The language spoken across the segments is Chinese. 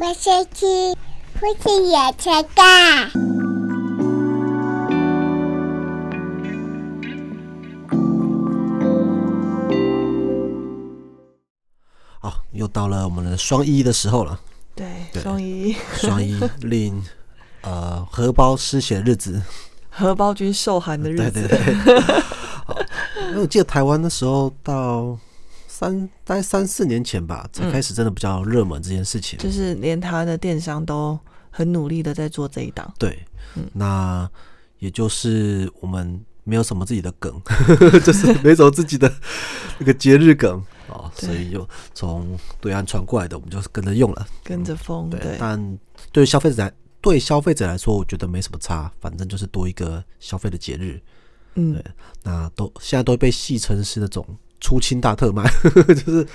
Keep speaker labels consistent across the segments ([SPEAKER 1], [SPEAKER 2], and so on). [SPEAKER 1] 我先去，父亲也才干。
[SPEAKER 2] 好，又到了我们的双一的时候 了，
[SPEAKER 3] 对，
[SPEAKER 2] 对
[SPEAKER 3] 双一
[SPEAKER 2] 双一令呃荷包失血的日子，
[SPEAKER 3] 荷包君受寒的日
[SPEAKER 2] 对
[SPEAKER 3] 子，
[SPEAKER 2] 对对。 好，因为我记得台湾那时候到三大概三四年前吧，才开始真的比较热门这件事情。
[SPEAKER 3] 就是连他的电商都很努力的在做这一档，
[SPEAKER 2] 对，
[SPEAKER 3] 嗯
[SPEAKER 2] 那也就是我们没有什么自己的 梗，就是没什么自己的那个节日梗哦，
[SPEAKER 3] 对
[SPEAKER 2] 所以就从对岸传过来的，我们就跟着用了。
[SPEAKER 3] 跟着风，
[SPEAKER 2] 嗯对，
[SPEAKER 3] 对，
[SPEAKER 2] 但对于消费者来对消费者来说，我觉得没什么差，反正就是多一个消费的节日。
[SPEAKER 3] 嗯，
[SPEAKER 2] 那都现在都被戏称是那种出清大特卖， 就是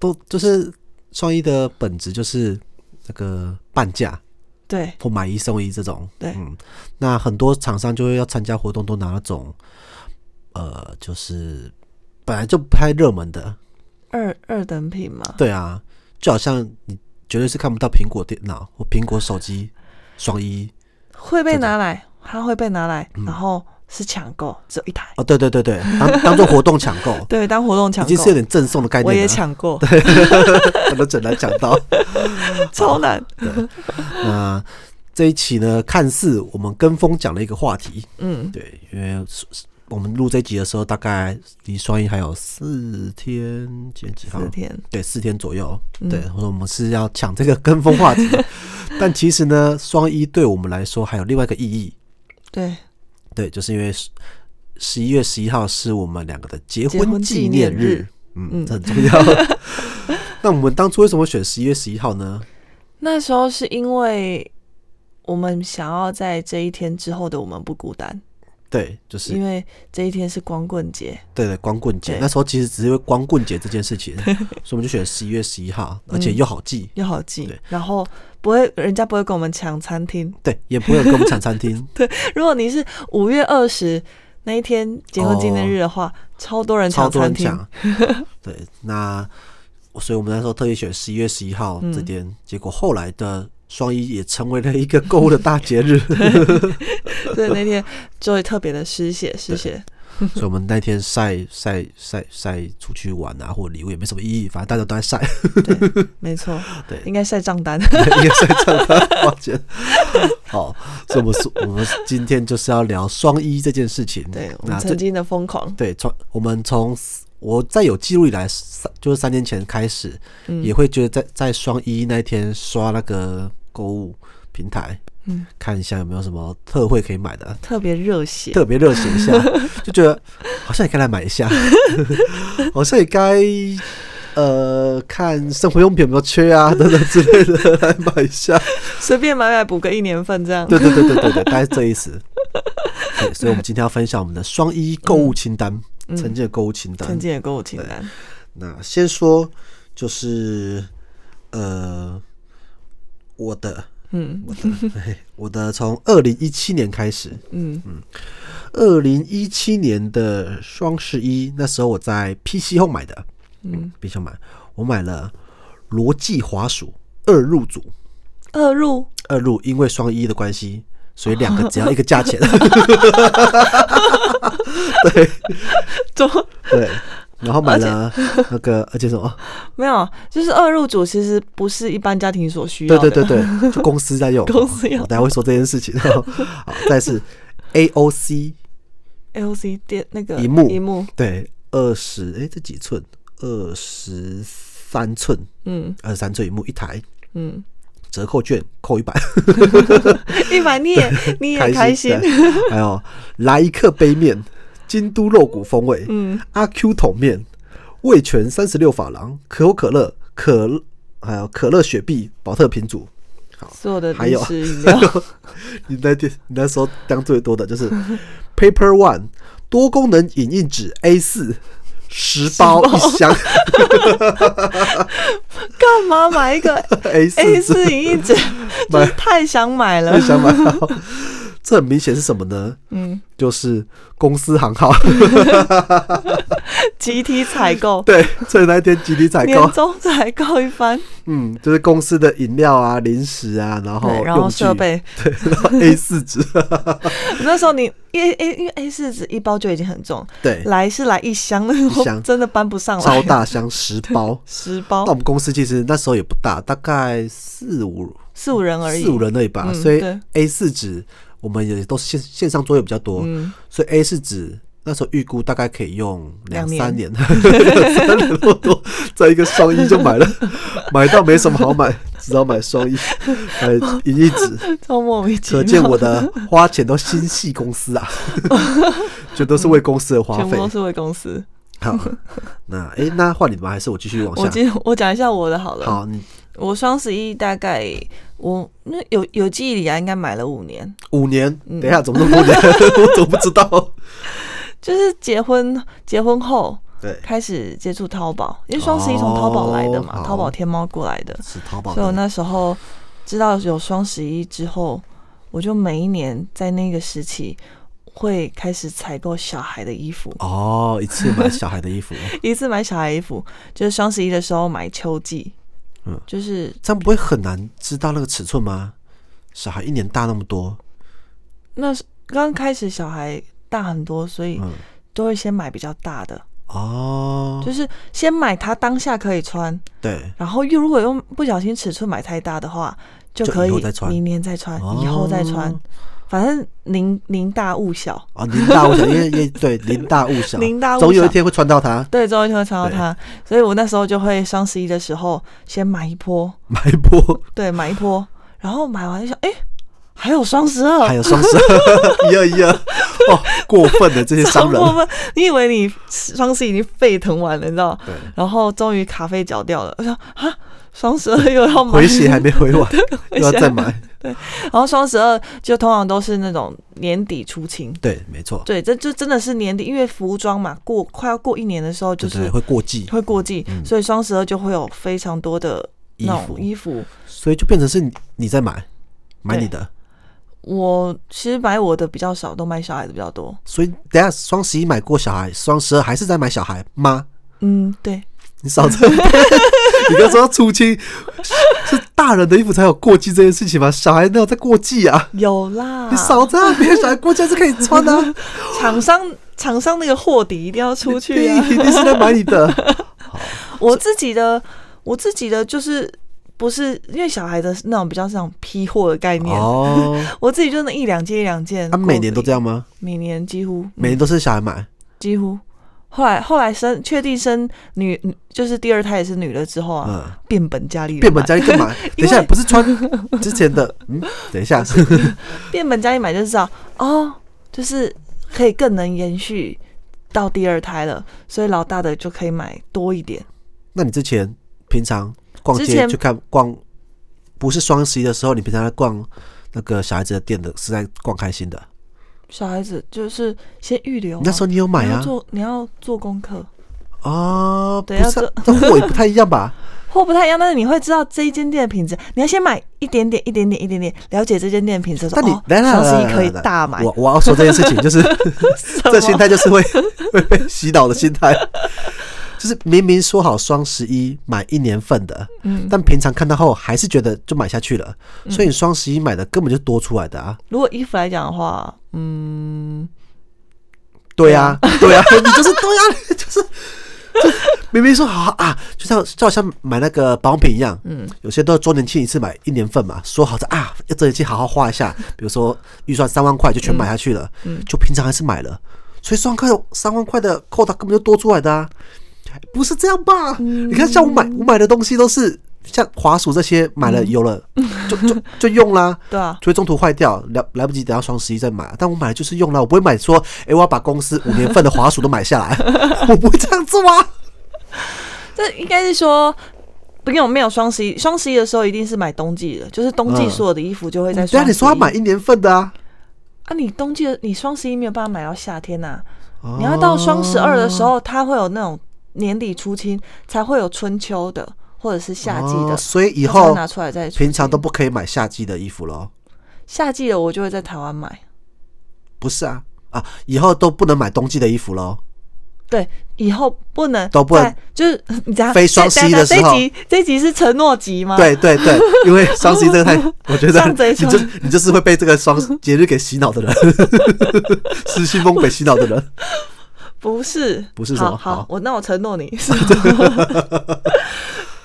[SPEAKER 2] 都就是双一的本质就是那个半价
[SPEAKER 3] 对，
[SPEAKER 2] 或买一送一这种。
[SPEAKER 3] 对
[SPEAKER 2] 嗯，那很多厂商就会要参加活动，都拿那种呃，就是本来就不太热门的，
[SPEAKER 3] 二二等品嘛，
[SPEAKER 2] 对啊，就好像你绝对是看不到苹果电脑或苹果手机双一
[SPEAKER 3] 会
[SPEAKER 2] 这
[SPEAKER 3] 被
[SPEAKER 2] 种
[SPEAKER 3] 拿来，它会被拿来，然后是抢购，只有一台，，
[SPEAKER 2] 嗯哦，对对对对，当 当做活动抢购
[SPEAKER 3] 对，当活动 抢
[SPEAKER 2] 已
[SPEAKER 3] 购
[SPEAKER 2] 经是，有点赠送的概念
[SPEAKER 3] 我
[SPEAKER 2] 了。
[SPEAKER 3] 也 抢过，
[SPEAKER 2] 我都整难抢到。
[SPEAKER 3] 超
[SPEAKER 2] 哦
[SPEAKER 3] 难，
[SPEAKER 2] 那这一期呢，看似我们跟风讲了一个话题，
[SPEAKER 3] 嗯，
[SPEAKER 2] 对，因为我们录这一集的时候，大概离双一还有四天，今天几号
[SPEAKER 3] 四？天，
[SPEAKER 2] 对，四天左右。
[SPEAKER 3] 嗯
[SPEAKER 2] 哦对，或者我们是要抢这个跟风话题， 但其实呢，双一对我们来说还有另外一个意义，
[SPEAKER 3] 对，
[SPEAKER 2] 对，就是因为十一月十一号是我们两个的结
[SPEAKER 3] 结婚纪
[SPEAKER 2] 纪
[SPEAKER 3] 念
[SPEAKER 2] 日，
[SPEAKER 3] 日
[SPEAKER 2] 嗯，
[SPEAKER 3] 嗯
[SPEAKER 2] 这很重要。 那我们当初为什么选十一月十一号呢？
[SPEAKER 3] 那时候是因为我们想要在这一天之后的我们不孤单，
[SPEAKER 2] 对，就是
[SPEAKER 3] 因为这一天是光棍节，
[SPEAKER 2] 对对，光棍节
[SPEAKER 3] 对
[SPEAKER 2] 那时候其实只是因为光棍节这件事情，所以我们就选十一月十一号，而
[SPEAKER 3] 嗯
[SPEAKER 2] 且又好记，
[SPEAKER 3] 又好记
[SPEAKER 2] 对，
[SPEAKER 3] 然后不会，人家不会跟我们抢餐厅。
[SPEAKER 2] 对，也不会有跟我们抢餐厅，
[SPEAKER 3] 如果你是五月二十那一天结婚纪念日的话，超多人
[SPEAKER 2] 哦超
[SPEAKER 3] 抢
[SPEAKER 2] 多人
[SPEAKER 3] 餐厅。
[SPEAKER 2] 抢。 对，那所以我们那时候特意选十一月十一号
[SPEAKER 3] 嗯
[SPEAKER 2] 这天，结果后来的双一也成为了一个购物的大节日，
[SPEAKER 3] 对，那天就会特别的失血失血。
[SPEAKER 2] 所以我们那天晒晒晒晒出去玩啊，或者礼物也没什么意义，反正大家都在 晒，
[SPEAKER 3] 对，没错，
[SPEAKER 2] 对
[SPEAKER 3] 应该晒账单。
[SPEAKER 2] 应该晒账单花钱。好，所以我们说我们今天就是要聊双一这件事情。
[SPEAKER 3] 对，我
[SPEAKER 2] 那
[SPEAKER 3] 们
[SPEAKER 2] 这
[SPEAKER 3] 曾经的疯狂，
[SPEAKER 2] 对，从我们从我在有记录以来，三就是三年前开始，
[SPEAKER 3] 嗯
[SPEAKER 2] 也会觉得在在双一那一天刷那个购物平台，
[SPEAKER 3] 嗯，
[SPEAKER 2] 看一下有没有什么特惠可以买的，
[SPEAKER 3] 特别热血。
[SPEAKER 2] 特别热血一下，就觉得好像也该来买一下， 好像也该。呃，看生活用品有没有缺啊， 等等之类的，来买一下。
[SPEAKER 3] 随便买买补个一年份这样。
[SPEAKER 2] 对对对对对对，大概是这意思。对，所以我们今天要分享我们的双一购物清单，曾经的购物清单，
[SPEAKER 3] 曾经的购物清单，
[SPEAKER 2] 那先说就是呃，我的，
[SPEAKER 3] 嗯
[SPEAKER 2] 我的，嘿我的从二零一七年开始，
[SPEAKER 3] 嗯，
[SPEAKER 2] 二零一七年的双十一，那时候我在 PC Home 买的，嗯，PC Home 买，我买了罗技滑鼠二入组，
[SPEAKER 3] 二入
[SPEAKER 2] 二入因为双一的关系。所以两个只要一个 价钱，
[SPEAKER 3] 中
[SPEAKER 2] 对，然后买了那个，而且什么？
[SPEAKER 3] 没有，就是二入组其实不是一般家庭所需要
[SPEAKER 2] 对
[SPEAKER 3] 的。
[SPEAKER 2] 对对对，就公司在用，
[SPEAKER 3] 公司用
[SPEAKER 2] 我等下会说这件事 情。好，再是 AOC
[SPEAKER 3] ，LC 电那个
[SPEAKER 2] 荧幕
[SPEAKER 3] 荧呃幕，
[SPEAKER 2] 对二十哎这几寸？二十三寸，
[SPEAKER 3] 嗯
[SPEAKER 2] 二十三寸屏幕一台，
[SPEAKER 3] 嗯，
[SPEAKER 2] 折扣券扣一百，
[SPEAKER 3] 一百你 也你 也开心，
[SPEAKER 2] 对还有来一克杯面，京都肉骨风味，嗯，阿 Q 桶面，味全三十六法郎，可口可乐可还有可乐雪碧保特瓶组。
[SPEAKER 3] 所有的
[SPEAKER 2] 还有
[SPEAKER 3] 零食饮料，
[SPEAKER 2] 你那天你那时候当最多的就是 Paper One 多功能影印纸 A 四十包一 箱
[SPEAKER 3] 干嘛买一个
[SPEAKER 2] A
[SPEAKER 3] A
[SPEAKER 2] 四
[SPEAKER 3] 四影印纸？就是太想买了
[SPEAKER 2] 一，箱买到这很明显是什么呢？
[SPEAKER 3] 嗯，
[SPEAKER 2] 就是公司行号，
[SPEAKER 3] 集体采购，
[SPEAKER 2] 对，所以那一天集体采购
[SPEAKER 3] 年，终采购一番，
[SPEAKER 2] 嗯，就是公司的饮料啊、零食啊，然后
[SPEAKER 3] 对，然
[SPEAKER 2] 用
[SPEAKER 3] 后
[SPEAKER 2] 具
[SPEAKER 3] 设，备，哦
[SPEAKER 2] 对，然 后 A 四纸，
[SPEAKER 3] 那时候你 A A 因为 A 四纸一包就已经很重，
[SPEAKER 2] 对，
[SPEAKER 3] 来是来一箱，那
[SPEAKER 2] 一箱
[SPEAKER 3] 我真的搬不上来，
[SPEAKER 2] 超大箱十包。
[SPEAKER 3] 十
[SPEAKER 2] 那
[SPEAKER 3] 包
[SPEAKER 2] 我，们公司其实那时候也不大，大概四五
[SPEAKER 3] 四五人而已，
[SPEAKER 2] 四五人而已吧，
[SPEAKER 3] 嗯
[SPEAKER 2] 所以
[SPEAKER 3] 对
[SPEAKER 2] A 四纸我们也都是线线上作业比较多，
[SPEAKER 3] 嗯，
[SPEAKER 2] 所以 A 四纸那时候预估大概可以用两
[SPEAKER 3] 两年
[SPEAKER 2] 三年，两三年那么多，在一个双一就买 了，买到没什么好买，只好买双一，买银翼纸。
[SPEAKER 3] 超莫名其妙，
[SPEAKER 2] 可见我的花钱都心系公司 啊，就都是为公司而花
[SPEAKER 3] 全部
[SPEAKER 2] 费。
[SPEAKER 3] 都是为公司。
[SPEAKER 2] 好，那诶，那换你们还是我继续往
[SPEAKER 3] 我
[SPEAKER 2] 下？
[SPEAKER 3] 今我讲一下我的好了，
[SPEAKER 2] 好，你
[SPEAKER 3] 我双十一大概我那有有记忆里啊，应该买了五年，
[SPEAKER 2] 五年，
[SPEAKER 3] 嗯
[SPEAKER 2] 等一下怎么都五年， 我怎么不知道？
[SPEAKER 3] 就是结婚结婚后
[SPEAKER 2] 对，
[SPEAKER 3] 开始接触淘宝，因为双十一从淘宝来的嘛，
[SPEAKER 2] 哦好
[SPEAKER 3] 淘宝天猫过来的，
[SPEAKER 2] 是淘宝
[SPEAKER 3] 所以我
[SPEAKER 2] 的。
[SPEAKER 3] 那时候知道有双十一之后，我就每一年在那个时期会开始采购小孩的衣服，
[SPEAKER 2] 哦，一次买小孩的衣 服，
[SPEAKER 3] 一次买小孩衣服，就是双十一的时候买秋季，
[SPEAKER 2] 嗯
[SPEAKER 3] 就是
[SPEAKER 2] 这样不会很难知道那个尺寸吗？小孩一年大那么多，
[SPEAKER 3] 那时刚开始小孩大很多，所以
[SPEAKER 2] 嗯，
[SPEAKER 3] 都会先买比较大的，
[SPEAKER 2] 哦，
[SPEAKER 3] 就是先买他当下可以穿，
[SPEAKER 2] 对，
[SPEAKER 3] 然后又如果又不小心尺寸买太大的话，就
[SPEAKER 2] 就
[SPEAKER 3] 可
[SPEAKER 2] 以后
[SPEAKER 3] 以
[SPEAKER 2] 再穿
[SPEAKER 3] 明年再穿，
[SPEAKER 2] 哦
[SPEAKER 3] 以后再穿，反正宁宁大勿小。
[SPEAKER 2] 哦，林大物小，因为因为对林大物小，
[SPEAKER 3] 林大物
[SPEAKER 2] 总有一
[SPEAKER 3] 小
[SPEAKER 2] 天会穿到它，
[SPEAKER 3] 对，终于就会穿到
[SPEAKER 2] 对
[SPEAKER 3] 它，所以我那时候就会双十一的时候先买一波，
[SPEAKER 2] 买一波。
[SPEAKER 3] 对，买一 波，然后买完就想，哎、还有双十
[SPEAKER 2] 还
[SPEAKER 3] 二，
[SPEAKER 2] 有双十二， 一二一二，哦，过分的这些商 人
[SPEAKER 3] 过，分！你以为你双十一已经沸腾完了，你知道？
[SPEAKER 2] 对，
[SPEAKER 3] 然后终于卡费缴掉了，我想啊，双十二又要买
[SPEAKER 2] 回，血还没回完，又要再买，
[SPEAKER 3] 然后双十二就通常都是那种年底出清，
[SPEAKER 2] 对，没错，
[SPEAKER 3] 对，这就真的是年底，因为服装嘛，过快要过一年的时候就
[SPEAKER 2] 对对，
[SPEAKER 3] 是
[SPEAKER 2] 会过季，
[SPEAKER 3] 会过季，所以双十二就会有非常多的
[SPEAKER 2] 衣
[SPEAKER 3] 那
[SPEAKER 2] 服
[SPEAKER 3] 种衣服
[SPEAKER 2] 所以就变成是你你在买，买
[SPEAKER 3] 对
[SPEAKER 2] 你的，
[SPEAKER 3] 我其实买我的比较少，都买小孩的比较多。
[SPEAKER 2] 所以等一下双十一买过小孩，双十二还是在买小孩吗？
[SPEAKER 3] 嗯，对，
[SPEAKER 2] 你少在那边， 你刚说要出清，是是大人的衣服才有过季这件事情吗？小孩哪有在过季啊？
[SPEAKER 3] 有啦
[SPEAKER 2] 你。少在那边，小孩过季还是可以穿的、啊，
[SPEAKER 3] 厂商厂商那个货底一定要出去
[SPEAKER 2] 一
[SPEAKER 3] 啊！
[SPEAKER 2] 定是在买你 的，
[SPEAKER 3] 我自己的我自己的就是不是因为小孩的那种比较是那种批货的概念，
[SPEAKER 2] 哦，嗯
[SPEAKER 3] 我自己就那一两件一两件。
[SPEAKER 2] 他、啊每年都这
[SPEAKER 3] 样，
[SPEAKER 2] 样吗？
[SPEAKER 3] 每年几乎
[SPEAKER 2] 每年都是小孩买。
[SPEAKER 3] 几乎。后来后来生确定生女就是第二胎也是女了之后啊，
[SPEAKER 2] 嗯，
[SPEAKER 3] 变本加厉地买，
[SPEAKER 2] 变本加厉干嘛？等一下，
[SPEAKER 3] 因为
[SPEAKER 2] 不是穿之前 的，嗯，等一下，
[SPEAKER 3] 变本加厉买就知道哦，就是可以更能延续到第二胎了，所以老大的就可以买多一点。
[SPEAKER 2] 那你之前平常逛
[SPEAKER 3] 之
[SPEAKER 2] 街
[SPEAKER 3] 前
[SPEAKER 2] 去看逛，不是双十一的时候，你平常在逛那个小孩子的店的，是在逛开心
[SPEAKER 3] 哦
[SPEAKER 2] 的。
[SPEAKER 3] 小孩子就是先预留啊、
[SPEAKER 2] 那时候你有买
[SPEAKER 3] 你要
[SPEAKER 2] 啊？
[SPEAKER 3] 做你要做功课，
[SPEAKER 2] 哦，不
[SPEAKER 3] 对要
[SPEAKER 2] 是啊这
[SPEAKER 3] 做，
[SPEAKER 2] 货也不太一样 吧？
[SPEAKER 3] 货不太一样，但是你会知道这一间店的品质。你要先买一点点、一点点、一点点，了解这间店的品质。说
[SPEAKER 2] 但你
[SPEAKER 3] 哦
[SPEAKER 2] 来来
[SPEAKER 3] 双
[SPEAKER 2] 来
[SPEAKER 3] 十
[SPEAKER 2] 来
[SPEAKER 3] 一可以
[SPEAKER 2] 来来
[SPEAKER 3] 大买，
[SPEAKER 2] 我我要说这件事情，就是 这心态就是会 会被洗脑的心态， 就是明明说好双十一买一年份的，
[SPEAKER 3] 嗯
[SPEAKER 2] 但平常看到后还是觉得就买下去了，所以你双十一买的根本就多出来的啊。
[SPEAKER 3] 如果衣服来讲的话，嗯，
[SPEAKER 2] 对啊，对啊， 你就是对啊，你就是。就明明说好啊，就像就好像买那个保养品一样，嗯，有些都是周年庆一次买一年份嘛，说好的啊，要周年庆好好花一下，比如说预算三万块就全买下去了，
[SPEAKER 3] 嗯
[SPEAKER 2] 就平常还是买了，所以三万块三万块的扣打根本就多出来的啊，不是这样吧？
[SPEAKER 3] 嗯
[SPEAKER 2] 你看像我买我买的东西都是像滑鼠这些买了有 了、就就就用啦，
[SPEAKER 3] 嗯对啊，
[SPEAKER 2] 所以中途坏掉，来来不及等到双十一再买。但我买的就是用了，我不会买说，哎、我要把公司五年份的滑鼠都买下 来，我不会这样做啊。
[SPEAKER 3] 这应该是说。因为我没有双十一，双十一的时候一定是买冬季的，就是冬季
[SPEAKER 2] 嗯
[SPEAKER 3] 所有的衣服就会在
[SPEAKER 2] 对
[SPEAKER 3] 双
[SPEAKER 2] 啊，
[SPEAKER 3] 十一。
[SPEAKER 2] 你说要买一年份的啊，
[SPEAKER 3] 啊，你冬季的你双十一没有办法买到夏天呐、
[SPEAKER 2] 哦
[SPEAKER 3] 你要到双十二的时候，它会有那种年底出清，才会有春秋的或者是夏季的，
[SPEAKER 2] 哦所以以
[SPEAKER 3] 它才会
[SPEAKER 2] 后
[SPEAKER 3] 拿出来再出清
[SPEAKER 2] 平常都不可以买夏季的衣服喽。
[SPEAKER 3] 夏季的我就会在台湾买，
[SPEAKER 2] 不是啊啊，以后都不能买冬季的衣服喽。
[SPEAKER 3] 对，以后不能
[SPEAKER 2] 都不能
[SPEAKER 3] 再，就是 你讲
[SPEAKER 2] 非双十一的时候
[SPEAKER 3] 这一集这一集是承诺集吗？，
[SPEAKER 2] 对对 对，因为双十一这个太，我觉得
[SPEAKER 3] 上贼
[SPEAKER 2] 你
[SPEAKER 3] 船
[SPEAKER 2] 就你就是会被这个双节日给洗脑的人， 失心疯被洗脑的人。
[SPEAKER 3] 不是，
[SPEAKER 2] 不是什么
[SPEAKER 3] 好
[SPEAKER 2] 好
[SPEAKER 3] 好，我那我承 诺你，是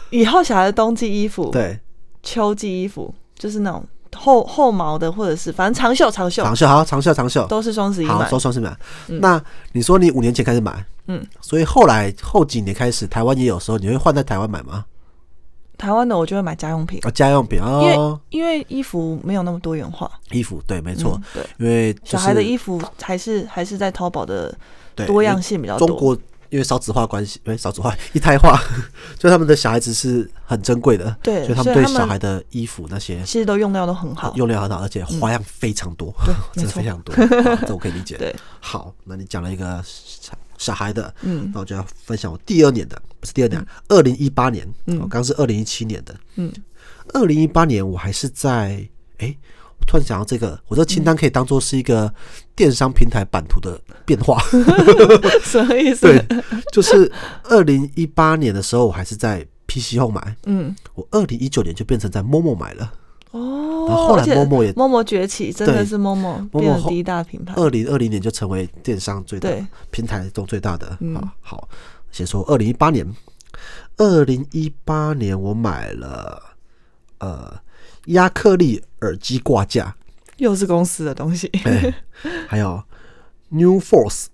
[SPEAKER 3] 以后小孩的冬季衣服、
[SPEAKER 2] 对，
[SPEAKER 3] 秋季衣服，就是那种厚厚毛的，或者是反正长袖长袖
[SPEAKER 2] 长袖好，长袖长袖，
[SPEAKER 3] 都是双十一
[SPEAKER 2] 好，
[SPEAKER 3] 买
[SPEAKER 2] 说。双十买。那你说你五年前开始买，
[SPEAKER 3] 嗯，
[SPEAKER 2] 所以后来后几年开始，台湾也有时候你会换在台湾买吗？
[SPEAKER 3] 台湾的我就会买家用品，
[SPEAKER 2] 啊，家用品
[SPEAKER 3] 因为、
[SPEAKER 2] 哦，
[SPEAKER 3] 因为衣服没有那么多元化。
[SPEAKER 2] 衣服对，没错
[SPEAKER 3] 嗯，对，
[SPEAKER 2] 因为就是
[SPEAKER 3] 小孩的衣服还是还是在淘宝的
[SPEAKER 2] 对
[SPEAKER 3] 多样性比较多。
[SPEAKER 2] 中国因为少子化关系，不是少子化一胎化， 所以他们的小孩子是很珍贵的，
[SPEAKER 3] 对
[SPEAKER 2] 所以他们
[SPEAKER 3] 所以
[SPEAKER 2] 对
[SPEAKER 3] 他们
[SPEAKER 2] 小孩的衣服那些
[SPEAKER 3] 其实都用料都很好。 嗯
[SPEAKER 2] 用料很好，而且花样非常多， 真的
[SPEAKER 3] 没错
[SPEAKER 2] 非常 多，好这我可以理解。
[SPEAKER 3] 对，
[SPEAKER 2] 好，那你讲了一个小小孩的，
[SPEAKER 3] 嗯
[SPEAKER 2] 那我就要分享我第二年的，不是第二年，啊二零一八年，我刚是二零一七年的，
[SPEAKER 3] 嗯，
[SPEAKER 2] 二零一八年我还是在，哎，我突然想到这个，我这清单可以当做是一个电商平台版图的变 化，
[SPEAKER 3] 什么意思？
[SPEAKER 2] 对，就是二零一八年的时候，我还是在 PC 后买，
[SPEAKER 3] 嗯，
[SPEAKER 2] 我二零一九年就变成在 Momo 买了。
[SPEAKER 3] 哦，
[SPEAKER 2] 然后后来
[SPEAKER 3] 而且
[SPEAKER 2] Momo 也
[SPEAKER 3] ，Momo 崛起，真的
[SPEAKER 2] 对
[SPEAKER 3] 是
[SPEAKER 2] Momo
[SPEAKER 3] Momo
[SPEAKER 2] 哦
[SPEAKER 3] 变成
[SPEAKER 2] 后
[SPEAKER 3] 第一大品牌。
[SPEAKER 2] 二零二零年就成为电商最大
[SPEAKER 3] 对
[SPEAKER 2] 平台中最大的。
[SPEAKER 3] 嗯
[SPEAKER 2] 好，好，先说二零一八年，二零一八年我买了呃亚克力耳机挂架，
[SPEAKER 3] 又是公司的东西，
[SPEAKER 2] 哎， 还有 New Force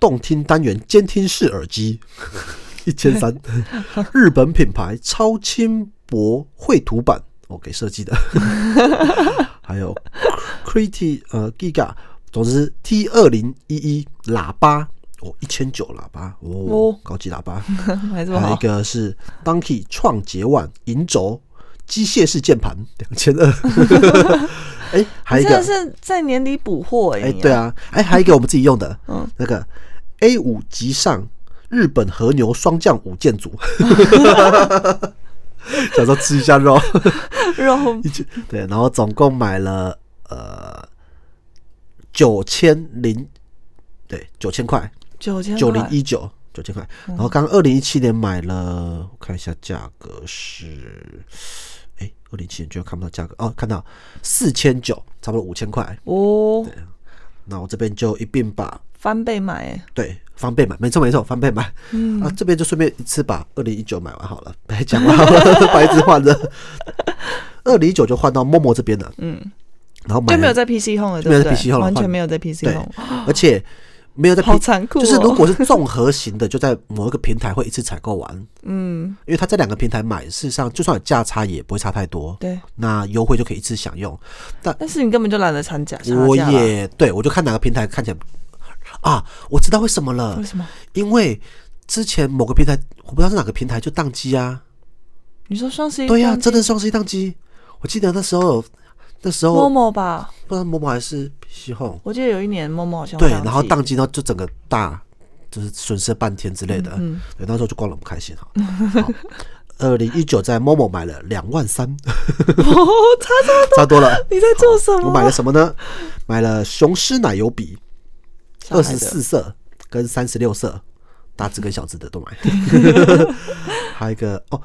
[SPEAKER 2] 动听单元监听式耳机，一千三，日本品牌超轻薄绘图板，我给设计的， 还有 Criti 呃 Giga，总之 T 二零一一喇叭，哦，一千九喇叭，哦，
[SPEAKER 3] 哦
[SPEAKER 2] 高级喇 叭，
[SPEAKER 3] 还这么
[SPEAKER 2] 还有一
[SPEAKER 3] 好。
[SPEAKER 2] 个是 Donkey 创捷腕银轴机械式键盘，两千二， 哎，还有一
[SPEAKER 3] 真
[SPEAKER 2] 个
[SPEAKER 3] 的是在年底补货哎、
[SPEAKER 2] 哎、
[SPEAKER 3] 你
[SPEAKER 2] 对，啊，哎、还有一个我们自己用的，
[SPEAKER 3] 嗯
[SPEAKER 2] 那个 A 五级上日本和牛霜降五件 组，想说吃一下肉，
[SPEAKER 3] 然后
[SPEAKER 2] 一起对，然后总共买了呃九千零对九千块，
[SPEAKER 3] 九千嗯
[SPEAKER 2] 九零一九九千块，然后刚二零一七年买了，我看一下价格是，哎、2二零一七年居然看不到价格哦，看到四千九，差不多五千块，
[SPEAKER 3] 哦，
[SPEAKER 2] 那我这边就一并把。
[SPEAKER 3] 翻倍买、哎
[SPEAKER 2] 对，翻倍买，没错没错，翻倍买。嗯啊，这边就顺便一次把二零一九买完好了，白讲了， 白纸换了。二零一九就换到默默这边了，嗯，然后买
[SPEAKER 3] 就没有
[SPEAKER 2] 了
[SPEAKER 3] 在 PC Home 了，
[SPEAKER 2] 就
[SPEAKER 3] 对
[SPEAKER 2] 没有
[SPEAKER 3] 不
[SPEAKER 2] 在
[SPEAKER 3] 对？
[SPEAKER 2] PC Home 了
[SPEAKER 3] 完全
[SPEAKER 2] 换
[SPEAKER 3] 没有在 PC
[SPEAKER 2] 对
[SPEAKER 3] Home，，
[SPEAKER 2] 而且没有在
[SPEAKER 3] 好
[SPEAKER 2] 平
[SPEAKER 3] 残酷哦
[SPEAKER 2] 就是如果是综合型的，就在某一个平台会一次采购完，嗯，因为他在两个平台买，事实上就算有价差也不会差太多，
[SPEAKER 3] 对。
[SPEAKER 2] 那优惠就可以一次享用。
[SPEAKER 3] 但是你根本就懒得参加，参加
[SPEAKER 2] 我
[SPEAKER 3] 啦
[SPEAKER 2] 也对我就看哪个平台看起来啊，我知道为什么了，
[SPEAKER 3] 为什么？
[SPEAKER 2] 因为之前某个平台，我不知道是哪个平台就宕机啊。
[SPEAKER 3] 你说双十一
[SPEAKER 2] 对呀、
[SPEAKER 3] 呀、
[SPEAKER 2] 真的是双十一宕机。我记得那时候有，那时候
[SPEAKER 3] ，Momo 吧，
[SPEAKER 2] 不知道某某还是西红，
[SPEAKER 3] 我记得有一年 Momo 好像
[SPEAKER 2] 对，
[SPEAKER 3] 宕
[SPEAKER 2] 然后
[SPEAKER 3] 机
[SPEAKER 2] 宕机，然后就整个大就是损失半天之类的。
[SPEAKER 3] 嗯
[SPEAKER 2] 对，那时候就逛了不开心哈。好二零一九在某某买了两万三，
[SPEAKER 3] 哦，差这么多，
[SPEAKER 2] 差多 了。
[SPEAKER 3] 你在做什么？
[SPEAKER 2] 我买了什么呢？买了雄狮奶油笔，
[SPEAKER 3] 小
[SPEAKER 2] 二
[SPEAKER 3] 孩
[SPEAKER 2] 十
[SPEAKER 3] 的
[SPEAKER 2] 四色跟三十六色，大只跟小只的都买。 还有一个哦，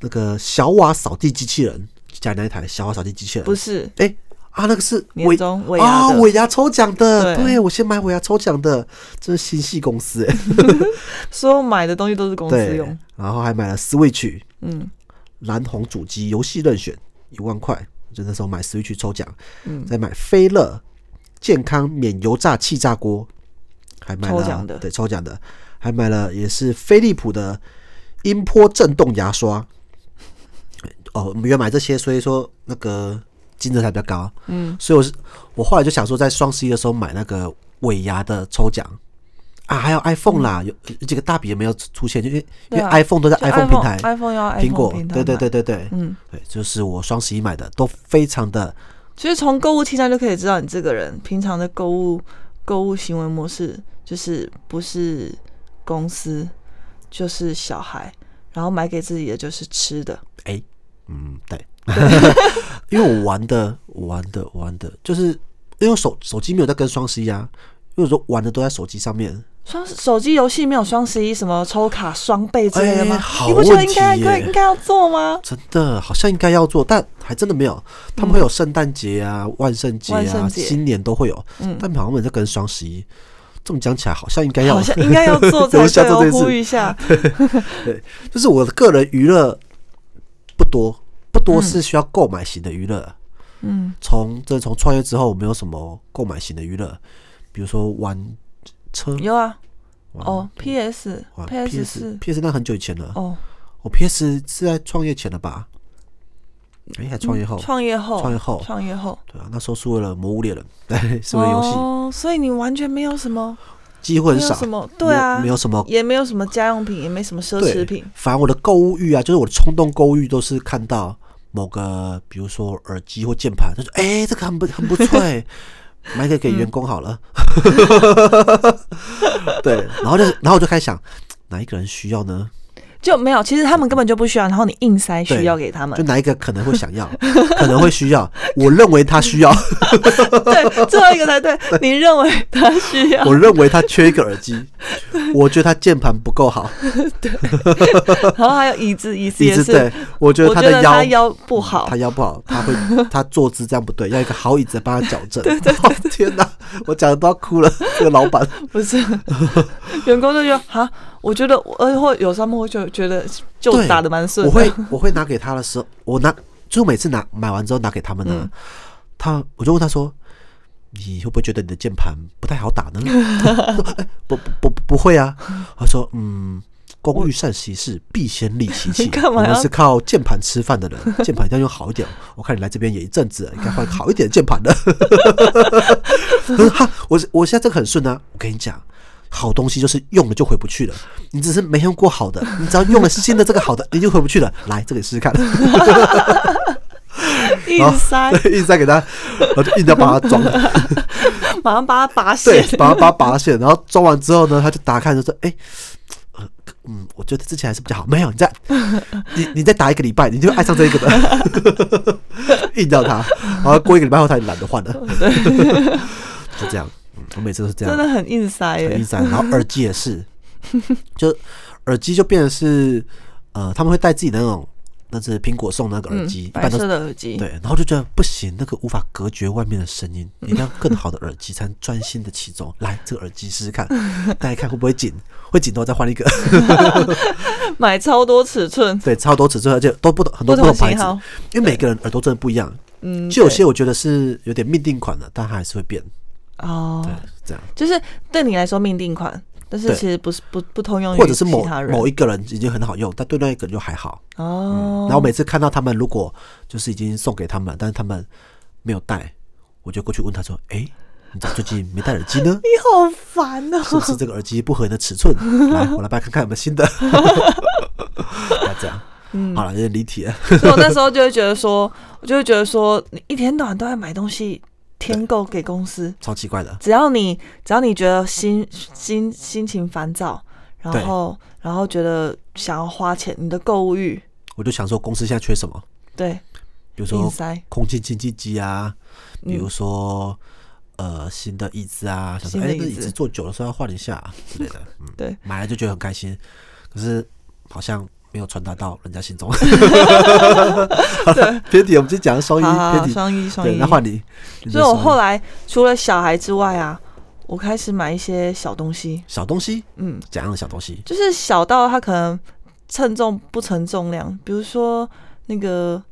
[SPEAKER 2] 那个小瓦扫地机器人，家里那一台小瓦扫地机器人
[SPEAKER 3] 不是
[SPEAKER 2] 哎、啊，那个是
[SPEAKER 3] 年终尾牙
[SPEAKER 2] 啊
[SPEAKER 3] 的
[SPEAKER 2] 尾牙抽奖的，
[SPEAKER 3] 对
[SPEAKER 2] 对我先买尾牙抽奖的，这是新系公司哎、
[SPEAKER 3] 所有买的东西都是公司
[SPEAKER 2] 对
[SPEAKER 3] 用，，
[SPEAKER 2] 然后还买了 Switch
[SPEAKER 3] 嗯，
[SPEAKER 2] 蓝红主机游戏任选一万块，就那时候买 Switch 抽奖，
[SPEAKER 3] 嗯
[SPEAKER 2] 再买飞乐健康免油炸气炸锅，还买了
[SPEAKER 3] 抽奖的
[SPEAKER 2] 对抽奖的，还买了也是飞利浦的音波震动牙刷。哦，我们原来买这些，所以说那个金额才比较高。嗯，所以我是我后来就想说，在双十一的时候买那个尾牙的抽奖啊，还有 iPhone 啦，有有几个大笔也没有出现，就因为因
[SPEAKER 3] 嗯对
[SPEAKER 2] 为
[SPEAKER 3] 啊
[SPEAKER 2] iPhone 都在
[SPEAKER 3] 就
[SPEAKER 2] iPhone 平台
[SPEAKER 3] iPhone 要 iPhone
[SPEAKER 2] 苹果
[SPEAKER 3] 平，台
[SPEAKER 2] 对对
[SPEAKER 3] 买
[SPEAKER 2] 对对对，
[SPEAKER 3] 嗯，
[SPEAKER 2] 对，就是我双十一买的都非常的
[SPEAKER 3] 其实从购物清单就可以知道你这个人平常的购物购物行为模式，就是不是公司就是小孩，然后买给自己的就是吃的，
[SPEAKER 2] 哎、 嗯，对，因为我玩的我玩的我玩的，就是因为手手机没有在跟双十一啊，因为我说玩的都在手机上面。
[SPEAKER 3] 双手机游戏没有双十一什么抽卡双倍之类的吗？
[SPEAKER 2] 哎好
[SPEAKER 3] 你不觉得
[SPEAKER 2] 问
[SPEAKER 3] 应该
[SPEAKER 2] 题
[SPEAKER 3] 应该
[SPEAKER 2] 耶
[SPEAKER 3] 应该要做吗？
[SPEAKER 2] 真的好像应该要做，但还真的没有。他们会有圣诞节啊、万圣节
[SPEAKER 3] 嗯万
[SPEAKER 2] 啊、
[SPEAKER 3] 圣节嗯
[SPEAKER 2] 新年都会有，但好像没有在跟双十一。这么讲起来，好像应该要，
[SPEAKER 3] 好像应该要做
[SPEAKER 2] 我
[SPEAKER 3] 才
[SPEAKER 2] 下
[SPEAKER 3] 对，
[SPEAKER 2] 做
[SPEAKER 3] 我
[SPEAKER 2] 这件
[SPEAKER 3] 呼吁
[SPEAKER 2] 事。
[SPEAKER 3] 一下。
[SPEAKER 2] 就是我的个人娱乐不多，不多是需要购买型的娱乐。
[SPEAKER 3] 嗯，
[SPEAKER 2] 从这从创业之后，我没有什么购买型的娱乐，比如说玩车、
[SPEAKER 3] 有啊，
[SPEAKER 2] 玩
[SPEAKER 3] 哦，PS
[SPEAKER 2] 玩
[SPEAKER 3] PS
[SPEAKER 2] PS
[SPEAKER 3] 四，
[SPEAKER 2] PS 那很久以前了。
[SPEAKER 3] 哦，
[SPEAKER 2] 我 PS 是在创业前了吧？哎、还创业后？
[SPEAKER 3] 哦嗯创业后，
[SPEAKER 2] 创业后
[SPEAKER 3] 创业后，
[SPEAKER 2] 对啊，那时候是为了《魔物猎人》，对，是为了游戏，
[SPEAKER 3] 哦，所以你完全没有什么，
[SPEAKER 2] 机会
[SPEAKER 3] 没
[SPEAKER 2] 很
[SPEAKER 3] 有
[SPEAKER 2] 少，
[SPEAKER 3] 什么，对啊，
[SPEAKER 2] 没有没有什么
[SPEAKER 3] 也没有什么家用品，也没什么奢侈
[SPEAKER 2] 对
[SPEAKER 3] 品，。
[SPEAKER 2] 反而我的购物欲啊，就是我的冲动购物欲，都是看到某个，比如说耳机或键盘，他说：“哎、这个 很不很不错、欸，买给给员工好了。对，然后就然后我就开始想，哪一个人需要呢？
[SPEAKER 3] 就没有。其实他们根本就不需要，然后你硬塞
[SPEAKER 2] 对
[SPEAKER 3] 需要给他们
[SPEAKER 2] 就，哪一个可能会想要，可能会需要，我认为他 需要。
[SPEAKER 3] 对，最后一个 才对。你认为他需要？
[SPEAKER 2] 我认为他缺一个耳机，我觉得他键盘不够好，
[SPEAKER 3] 然后还有椅子，椅子
[SPEAKER 2] 一
[SPEAKER 3] 也
[SPEAKER 2] 直
[SPEAKER 3] 是，
[SPEAKER 2] 对我觉得
[SPEAKER 3] 我
[SPEAKER 2] 他
[SPEAKER 3] 觉
[SPEAKER 2] 的
[SPEAKER 3] 得
[SPEAKER 2] 腰嗯
[SPEAKER 3] 他腰不好
[SPEAKER 2] 他。腰不好， 他会他坐姿这样不对，要一个好椅子帮他矫正。哦天哪，我讲的都要哭 了，这个老板。
[SPEAKER 3] 不是， 员工就觉得哈，我觉得我，而或有时候他们会就觉得就
[SPEAKER 2] 对
[SPEAKER 3] 打的蛮顺
[SPEAKER 2] 我
[SPEAKER 3] 的，
[SPEAKER 2] 会我会拿给他的时候，我拿就每次拿买完之后拿给他们呢，
[SPEAKER 3] 嗯
[SPEAKER 2] 他我就问他说。你会不会觉得你的键盘不太好打呢？他说哎不不不不会 啊。他说嗯，工欲善其事，必先利其器。
[SPEAKER 3] 你 干嘛
[SPEAKER 2] 我们
[SPEAKER 3] 要
[SPEAKER 2] 是靠键盘吃饭的人， 键盘一定要用好一点。我看你来这边也一阵子了，应该换个好一点的键盘 了。可是哈，我我现在这个很顺啊，我跟你讲。好东西就是用了就回不去了，你只是没用过好的，你只要用了新的这个好的，你就回不去了。来，这个你试试看，
[SPEAKER 3] 硬塞，
[SPEAKER 2] 对，一直在给他，我就硬要把它装，
[SPEAKER 3] 马上把它拔
[SPEAKER 2] 对
[SPEAKER 3] 线。，
[SPEAKER 2] 把它把它拔线，然后装完之后呢，他就打开就说，哎、呃嗯，我觉得之前还是比较好。没有，你再你你再打一个礼拜，你就爱上这一个的， 硬要他，然后过一个礼拜后他也懒得换了，就这样，嗯我每次都是这样
[SPEAKER 3] 真。的很硬塞
[SPEAKER 2] 很
[SPEAKER 3] 耶
[SPEAKER 2] 易！散，然后耳机也是，就耳机就变成是呃，他们会带自己的那种，那是苹果送的那个耳机，一
[SPEAKER 3] 嗯白
[SPEAKER 2] 般都
[SPEAKER 3] 色
[SPEAKER 2] 是
[SPEAKER 3] 的耳机，
[SPEAKER 2] 对，然后就觉得不行，那个无法隔绝外面的声音，一定要更好的耳机才能专心的其中。来，这个耳机试试看， 大家看会不会紧，会紧的话再换一个，
[SPEAKER 3] 买超多尺寸，
[SPEAKER 2] 对，超多尺寸，而且都不同很多
[SPEAKER 3] 不
[SPEAKER 2] 不
[SPEAKER 3] 同
[SPEAKER 2] 同牌
[SPEAKER 3] 型
[SPEAKER 2] 子
[SPEAKER 3] 号，
[SPEAKER 2] 因为每个人耳朵真的不一样，
[SPEAKER 3] 嗯，
[SPEAKER 2] 就有
[SPEAKER 3] 对
[SPEAKER 2] 些我觉得是有点命定款的，但它还是会变，
[SPEAKER 3] 哦
[SPEAKER 2] 对，，是这样。
[SPEAKER 3] 就是对你来说命定款，但是
[SPEAKER 2] 对
[SPEAKER 3] 其实不是不不通用于
[SPEAKER 2] 或者是某
[SPEAKER 3] 其他人
[SPEAKER 2] 某一个嗯人已经很好用，但对那一个人就还好。
[SPEAKER 3] 哦，
[SPEAKER 2] 然后每次看到他们，如果就是已经送给他们了，但是他们没有戴，我就过去问他说：“哎、你咋最近没戴耳机呢？
[SPEAKER 3] 你好烦哦，
[SPEAKER 2] 是不是这个耳机不合你的尺寸？来，我来帮你看看有没有新的。” 那这样，
[SPEAKER 3] 嗯
[SPEAKER 2] 好了，有点离题了。
[SPEAKER 3] 所以我那时候就会觉得说，我就会觉得说，你一天到晚都在买东西添购给公司，
[SPEAKER 2] 超奇怪的。
[SPEAKER 3] 只要你只要你觉得心心心情烦躁，
[SPEAKER 2] 对
[SPEAKER 3] 然后然后觉得想要花钱，你的购物欲
[SPEAKER 2] 我就想说，公司现在缺什么？
[SPEAKER 3] 对
[SPEAKER 2] 比如
[SPEAKER 3] 硬
[SPEAKER 2] 说
[SPEAKER 3] 塞，嗯
[SPEAKER 2] 空气净化机啊，比如说、呃新的椅子啊，想说
[SPEAKER 3] 新
[SPEAKER 2] 哎、
[SPEAKER 3] 的
[SPEAKER 2] 那
[SPEAKER 3] 椅
[SPEAKER 2] 椅
[SPEAKER 3] 子
[SPEAKER 2] 子坐久了是不是要换一下、之类 的。嗯，
[SPEAKER 3] 对，
[SPEAKER 2] 买来就觉得很开心，可是好像没有传达到人家心 中。 对，偏题，我们就讲双一
[SPEAKER 3] 好好
[SPEAKER 2] 偏
[SPEAKER 3] 好
[SPEAKER 2] 题。
[SPEAKER 3] 双一双
[SPEAKER 2] 对，
[SPEAKER 3] 一
[SPEAKER 2] 那，换你。你
[SPEAKER 3] 所
[SPEAKER 2] 的
[SPEAKER 3] 以我
[SPEAKER 2] 双一
[SPEAKER 3] 后来除了小孩之外啊，我开始买一些小东西，
[SPEAKER 2] 小东西，
[SPEAKER 3] 嗯，
[SPEAKER 2] 怎样的小东西？
[SPEAKER 3] 就是小到它可能称重不称重量，比如说那个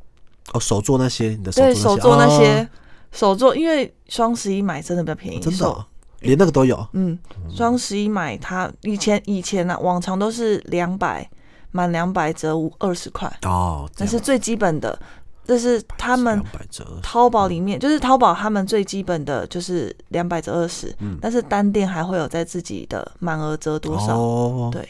[SPEAKER 2] 哦，手做那些，你的手
[SPEAKER 3] 对
[SPEAKER 2] 做
[SPEAKER 3] 手做那些、
[SPEAKER 2] 哦
[SPEAKER 3] 手做，因为双十一买真的比较便宜，
[SPEAKER 2] 真的
[SPEAKER 3] 手
[SPEAKER 2] 哦连那个都有。
[SPEAKER 3] 嗯，双十一买它以前以前啊，往常都是两百满两百折五二十块，
[SPEAKER 2] 哦，
[SPEAKER 3] 那是最基本的。这是他们
[SPEAKER 2] 两百折，
[SPEAKER 3] 淘宝里面，就是淘宝他们最基本的就是两百折二十，
[SPEAKER 2] 嗯
[SPEAKER 3] 但是单店还会有在自己的满额折多少，
[SPEAKER 2] 哦，
[SPEAKER 3] 对。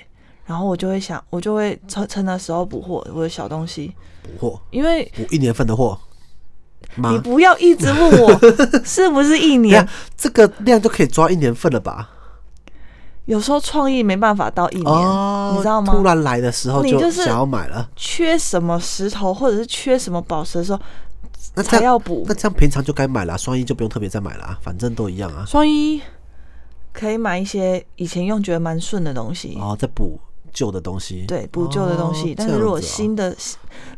[SPEAKER 3] 然后我就会想，我就会趁趁那时候补货我的小东西，
[SPEAKER 2] 补货，
[SPEAKER 3] 因为
[SPEAKER 2] 补一年份的货吗？
[SPEAKER 3] 你不要一直 问我是不是一
[SPEAKER 2] 你看
[SPEAKER 3] 年，
[SPEAKER 2] 这个量就可以抓一年份了吧？
[SPEAKER 3] 有时候创意没办法到一年，
[SPEAKER 2] 哦，
[SPEAKER 3] 你知道吗？
[SPEAKER 2] 突然来的时候
[SPEAKER 3] 你
[SPEAKER 2] 就
[SPEAKER 3] 就是
[SPEAKER 2] 想要买了，
[SPEAKER 3] 缺什么石头或者是缺什么宝石的时候，
[SPEAKER 2] 那这
[SPEAKER 3] 才
[SPEAKER 2] 样
[SPEAKER 3] 要补
[SPEAKER 2] 那。这样平常就该买啦，双一就不用特别再买啦、反正都一样啊。
[SPEAKER 3] 双一可以买一些以前用觉得蛮顺的东西，
[SPEAKER 2] 哦，再补旧的东西，
[SPEAKER 3] 对补旧的东西。
[SPEAKER 2] 哦
[SPEAKER 3] 但
[SPEAKER 2] 这
[SPEAKER 3] 是
[SPEAKER 2] 样
[SPEAKER 3] 如果
[SPEAKER 2] 子哦
[SPEAKER 3] 新的，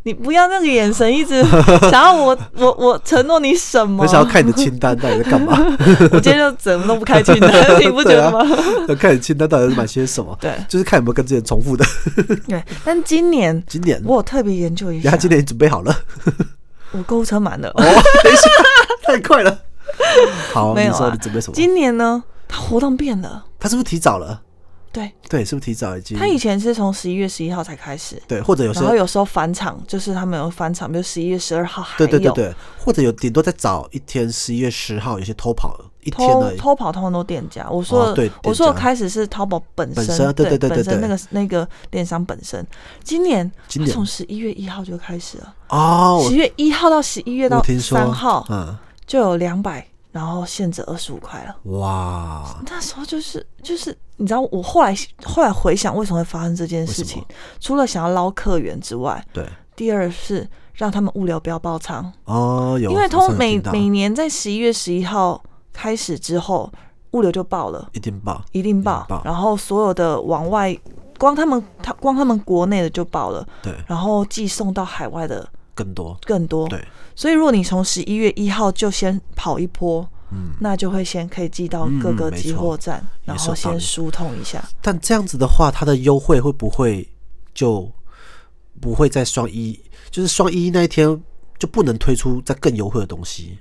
[SPEAKER 3] 你不要那个眼神 一直想要我我我承诺你什么
[SPEAKER 2] 我？想要看你的清单到底在干嘛，
[SPEAKER 3] 我今天就怎么都不开清单，你不觉
[SPEAKER 2] 对啊
[SPEAKER 3] 得吗？
[SPEAKER 2] 要看你清单到底是买些什么，
[SPEAKER 3] 对
[SPEAKER 2] 就是看有没有跟之前重复的。
[SPEAKER 3] 对，但今年
[SPEAKER 2] 今年，
[SPEAKER 3] 我有特别研究一
[SPEAKER 2] 然
[SPEAKER 3] 下
[SPEAKER 2] 后，今年准备好 了，
[SPEAKER 3] 我购物车满了。
[SPEAKER 2] 哦，等一下，太快了。好，
[SPEAKER 3] 没
[SPEAKER 2] 你
[SPEAKER 3] 有
[SPEAKER 2] 说
[SPEAKER 3] 啊
[SPEAKER 2] 你准备什么？
[SPEAKER 3] 今年呢，它活动变了。
[SPEAKER 2] 他是不是提早了？
[SPEAKER 3] 对，
[SPEAKER 2] 对，是不是提早已经？
[SPEAKER 3] 它以前是从十一月十一号才开始，
[SPEAKER 2] 对，或者有些
[SPEAKER 3] 然后有时候返场，就是他们有返场，比如十一月十二号还
[SPEAKER 2] 对
[SPEAKER 3] 有
[SPEAKER 2] 对对对，或者有顶多再早一天，十一月十号有些偷跑一天
[SPEAKER 3] 偷
[SPEAKER 2] 而已。
[SPEAKER 3] 偷跑通常都店家。我说的、
[SPEAKER 2] 哦对
[SPEAKER 3] 我说的
[SPEAKER 2] 店家
[SPEAKER 3] 开始是淘宝本身，
[SPEAKER 2] 本身啊对对对对
[SPEAKER 3] 本身
[SPEAKER 2] 对
[SPEAKER 3] 那个那个电商本身。今年
[SPEAKER 2] 今年
[SPEAKER 3] 它从十一月一号就开始了，
[SPEAKER 2] 哦，
[SPEAKER 3] 十月一号到十一月
[SPEAKER 2] 我
[SPEAKER 3] 到
[SPEAKER 2] 我听说
[SPEAKER 3] 三号
[SPEAKER 2] 嗯，
[SPEAKER 3] 就有两百，然后限制二十五块了。
[SPEAKER 2] 哇，
[SPEAKER 3] 那时候就是就是，你知道我后来后来回想为什么会发生这件事
[SPEAKER 2] 为
[SPEAKER 3] 情
[SPEAKER 2] 什，
[SPEAKER 3] 除了想要捞客源之外，
[SPEAKER 2] 对，
[SPEAKER 3] 第二是让他们物流不要爆仓，
[SPEAKER 2] 哦，有，
[SPEAKER 3] 因为
[SPEAKER 2] 好像
[SPEAKER 3] 通
[SPEAKER 2] 有
[SPEAKER 3] 每
[SPEAKER 2] 听到
[SPEAKER 3] 每年在十一月十一号开始之后，物流就爆了，
[SPEAKER 2] 一定爆，
[SPEAKER 3] 一定爆
[SPEAKER 2] 一定爆，
[SPEAKER 3] 然后所有的往外光他们他光他们国内的就爆了，
[SPEAKER 2] 对，
[SPEAKER 3] 然后寄送到海外的
[SPEAKER 2] 更多，
[SPEAKER 3] 更多，
[SPEAKER 2] 对，
[SPEAKER 3] 所以如果你从十一月一号就先跑一波。
[SPEAKER 2] 嗯。
[SPEAKER 3] 那就会先可以寄到各
[SPEAKER 2] 嗯
[SPEAKER 3] 个
[SPEAKER 2] 没
[SPEAKER 3] 集
[SPEAKER 2] 错
[SPEAKER 3] 货站，然
[SPEAKER 2] 也是
[SPEAKER 3] 后
[SPEAKER 2] 有道
[SPEAKER 3] 先
[SPEAKER 2] 理
[SPEAKER 3] 疏通一下。
[SPEAKER 2] 但这样子的话，它的优惠会不会就不会在双一，就是双一那一天就不能推出再更优惠的东西？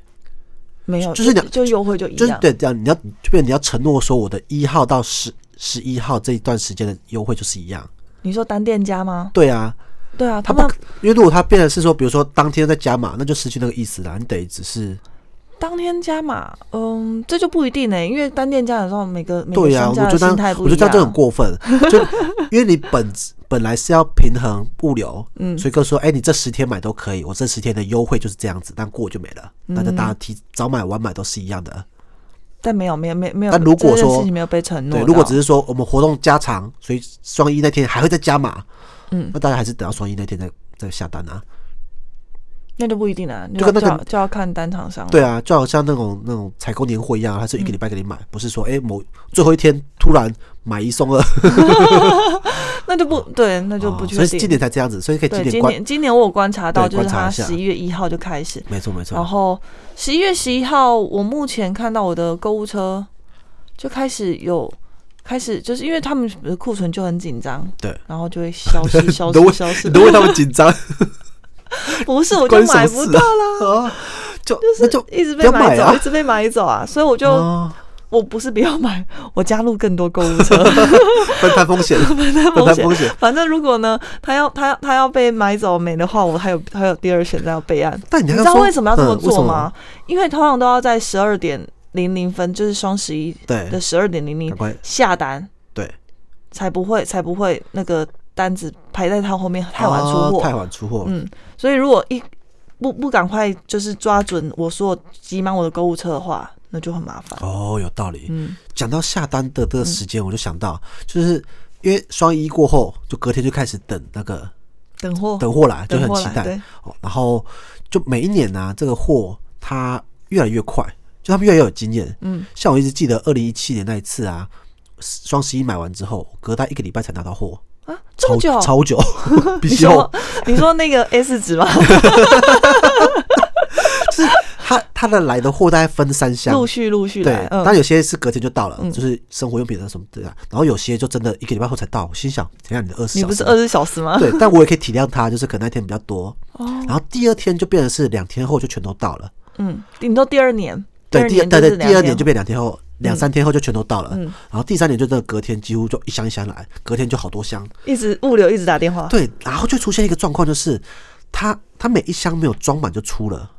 [SPEAKER 3] 没有，
[SPEAKER 2] 就是两
[SPEAKER 3] 就优惠就一
[SPEAKER 2] 就是
[SPEAKER 3] 样。
[SPEAKER 2] 对，这样你要就变成你要承诺说我的一号到十十一号这一段时间的优惠就是一样。
[SPEAKER 3] 你说单店家吗？
[SPEAKER 2] 对啊，
[SPEAKER 3] 对啊，
[SPEAKER 2] 他
[SPEAKER 3] 他
[SPEAKER 2] 不
[SPEAKER 3] 们
[SPEAKER 2] 可，因为如果他变成是说，比如说当天再加码，那就失去那个意思啦。你得只是
[SPEAKER 3] 当天加码，嗯，这就不一定呢、因为单店家有时候每个每个
[SPEAKER 2] 对啊，
[SPEAKER 3] 商
[SPEAKER 2] 我
[SPEAKER 3] 家
[SPEAKER 2] 觉得
[SPEAKER 3] 的
[SPEAKER 2] 这
[SPEAKER 3] 心
[SPEAKER 2] 样
[SPEAKER 3] 态不
[SPEAKER 2] 我
[SPEAKER 3] 一
[SPEAKER 2] 觉得这样就很
[SPEAKER 3] 样。
[SPEAKER 2] 过 分，就因为你本本来是要平衡物流，
[SPEAKER 3] 嗯
[SPEAKER 2] 所以哥说，哎、你这十天买都可以，我这十天的优惠就是这样子，但过就没了，那就大家提早买晚买都是一样的。
[SPEAKER 3] 但没有，没有，没有，没有。
[SPEAKER 2] 但如果
[SPEAKER 3] 这件
[SPEAKER 2] 说
[SPEAKER 3] 事情没有被承诺
[SPEAKER 2] 对，
[SPEAKER 3] 到，
[SPEAKER 2] 如果只是说我们活动加长，所以双一那天还会再加码，
[SPEAKER 3] 嗯哦
[SPEAKER 2] 那大家还是等到双一那天再再下单啊。
[SPEAKER 3] 那就不一定啊，
[SPEAKER 2] 就跟那个
[SPEAKER 3] 就要就要看单厂商。
[SPEAKER 2] 对啊，就好像那种那种采购年货一样，它是一个礼拜给你买，
[SPEAKER 3] 嗯
[SPEAKER 2] 不是说哎、某最后一天突然买一送二，
[SPEAKER 3] 那就不对，那就不
[SPEAKER 2] 哦
[SPEAKER 3] 确
[SPEAKER 2] 所以
[SPEAKER 3] 定。
[SPEAKER 2] 今年才这样子，所以可以今
[SPEAKER 3] 对，今
[SPEAKER 2] 关。
[SPEAKER 3] 年今年我有观察到，
[SPEAKER 2] 对
[SPEAKER 3] 就是
[SPEAKER 2] 观察
[SPEAKER 3] 他
[SPEAKER 2] 一下
[SPEAKER 3] 十一月一号就开始，
[SPEAKER 2] 没错没错
[SPEAKER 3] 然，后十一月十一号，我目前看到我的购物车就开始有开始，就是因为他们呃库存就很紧张，
[SPEAKER 2] 对，
[SPEAKER 3] 然后就会消 失消
[SPEAKER 2] 你都
[SPEAKER 3] 失
[SPEAKER 2] 为
[SPEAKER 3] 消失
[SPEAKER 2] 你。都为他们紧张，
[SPEAKER 3] 不是，我就
[SPEAKER 2] 关你什
[SPEAKER 3] 买
[SPEAKER 2] 么
[SPEAKER 3] 不
[SPEAKER 2] 事
[SPEAKER 3] 到，
[SPEAKER 2] 啊？啊就那就
[SPEAKER 3] 一直
[SPEAKER 2] 不
[SPEAKER 3] 被
[SPEAKER 2] 要买
[SPEAKER 3] 买走，
[SPEAKER 2] 啊
[SPEAKER 3] 一直被买走啊！所以我就、
[SPEAKER 2] 哦
[SPEAKER 3] 我不是不要买，我加入更多购物 车，
[SPEAKER 2] 分摊风险，分
[SPEAKER 3] 风
[SPEAKER 2] 摊
[SPEAKER 3] 险
[SPEAKER 2] 风险。
[SPEAKER 3] 反正如果呢，他要他他要被买走没的话，我还有还有第二选择要备案。
[SPEAKER 2] 但你
[SPEAKER 3] 你
[SPEAKER 2] 还
[SPEAKER 3] 知
[SPEAKER 2] 要
[SPEAKER 3] 道
[SPEAKER 2] 说
[SPEAKER 3] 为什么要这么
[SPEAKER 2] 嗯为什
[SPEAKER 3] 做
[SPEAKER 2] 么
[SPEAKER 3] 吗？因为通常都要在十二点零零分，就是双十一
[SPEAKER 2] 对
[SPEAKER 3] 的，十二点零零
[SPEAKER 2] 赶快
[SPEAKER 3] 下单，
[SPEAKER 2] 对，
[SPEAKER 3] 才不会才不会那个单子排在他后面太晚出
[SPEAKER 2] 哦
[SPEAKER 3] 货。
[SPEAKER 2] 太晚出货，
[SPEAKER 3] 嗯所以如果一不不赶快就是抓准我说挤满我的购物车的话，那就很麻烦。
[SPEAKER 2] 哦，有道理。
[SPEAKER 3] 嗯，
[SPEAKER 2] 讲到下单的这个时间，我就想到，就是因为双一过后，就隔天就开始等那个
[SPEAKER 3] 等货
[SPEAKER 2] 等货来，就
[SPEAKER 3] 哦等
[SPEAKER 2] 很
[SPEAKER 3] 货
[SPEAKER 2] 期
[SPEAKER 3] 来，
[SPEAKER 2] 待
[SPEAKER 3] 对，
[SPEAKER 2] 哦。然后就每一年呢、啊这个货它越来越快，就他们越来越有经验。
[SPEAKER 3] 嗯，
[SPEAKER 2] 像我一直记得二零一七年那一次啊，双十一买完之后，隔大概一个礼拜才拿到货，
[SPEAKER 3] 啊，这
[SPEAKER 2] 超
[SPEAKER 3] 么久？
[SPEAKER 2] 超 久，比
[SPEAKER 3] 你
[SPEAKER 2] 较
[SPEAKER 3] 说 你说那个 S 值吗？
[SPEAKER 2] 它它的来的货大概分三箱，
[SPEAKER 3] 陆续陆续
[SPEAKER 2] 对
[SPEAKER 3] 来，，
[SPEAKER 2] 但
[SPEAKER 3] 嗯，
[SPEAKER 2] 有些是隔天就到了，
[SPEAKER 3] 嗯
[SPEAKER 2] 就是生活用品啊什么的啊，然后有些就真的一个礼拜后才到。我心想，怎样你的二十？
[SPEAKER 3] 你不是二十小时吗？
[SPEAKER 2] 对，但我也可以体谅他，就是可能那天比较多，
[SPEAKER 3] 哦，
[SPEAKER 2] 然后第二天就变成是两天后就全都到了。
[SPEAKER 3] 嗯，顶多第二年，
[SPEAKER 2] 对，第
[SPEAKER 3] 二
[SPEAKER 2] 二
[SPEAKER 3] 年
[SPEAKER 2] 对
[SPEAKER 3] 就
[SPEAKER 2] 对，
[SPEAKER 3] 是两
[SPEAKER 2] 第二年就变两天后，两三天后就全都到了。
[SPEAKER 3] 嗯
[SPEAKER 2] 然后第三年就真的隔天几乎就一箱一箱来，隔天就好多箱。
[SPEAKER 3] 一直物流一直打电话，
[SPEAKER 2] 对，然后就出现一个状况，就是他他每一箱没有装满就出了。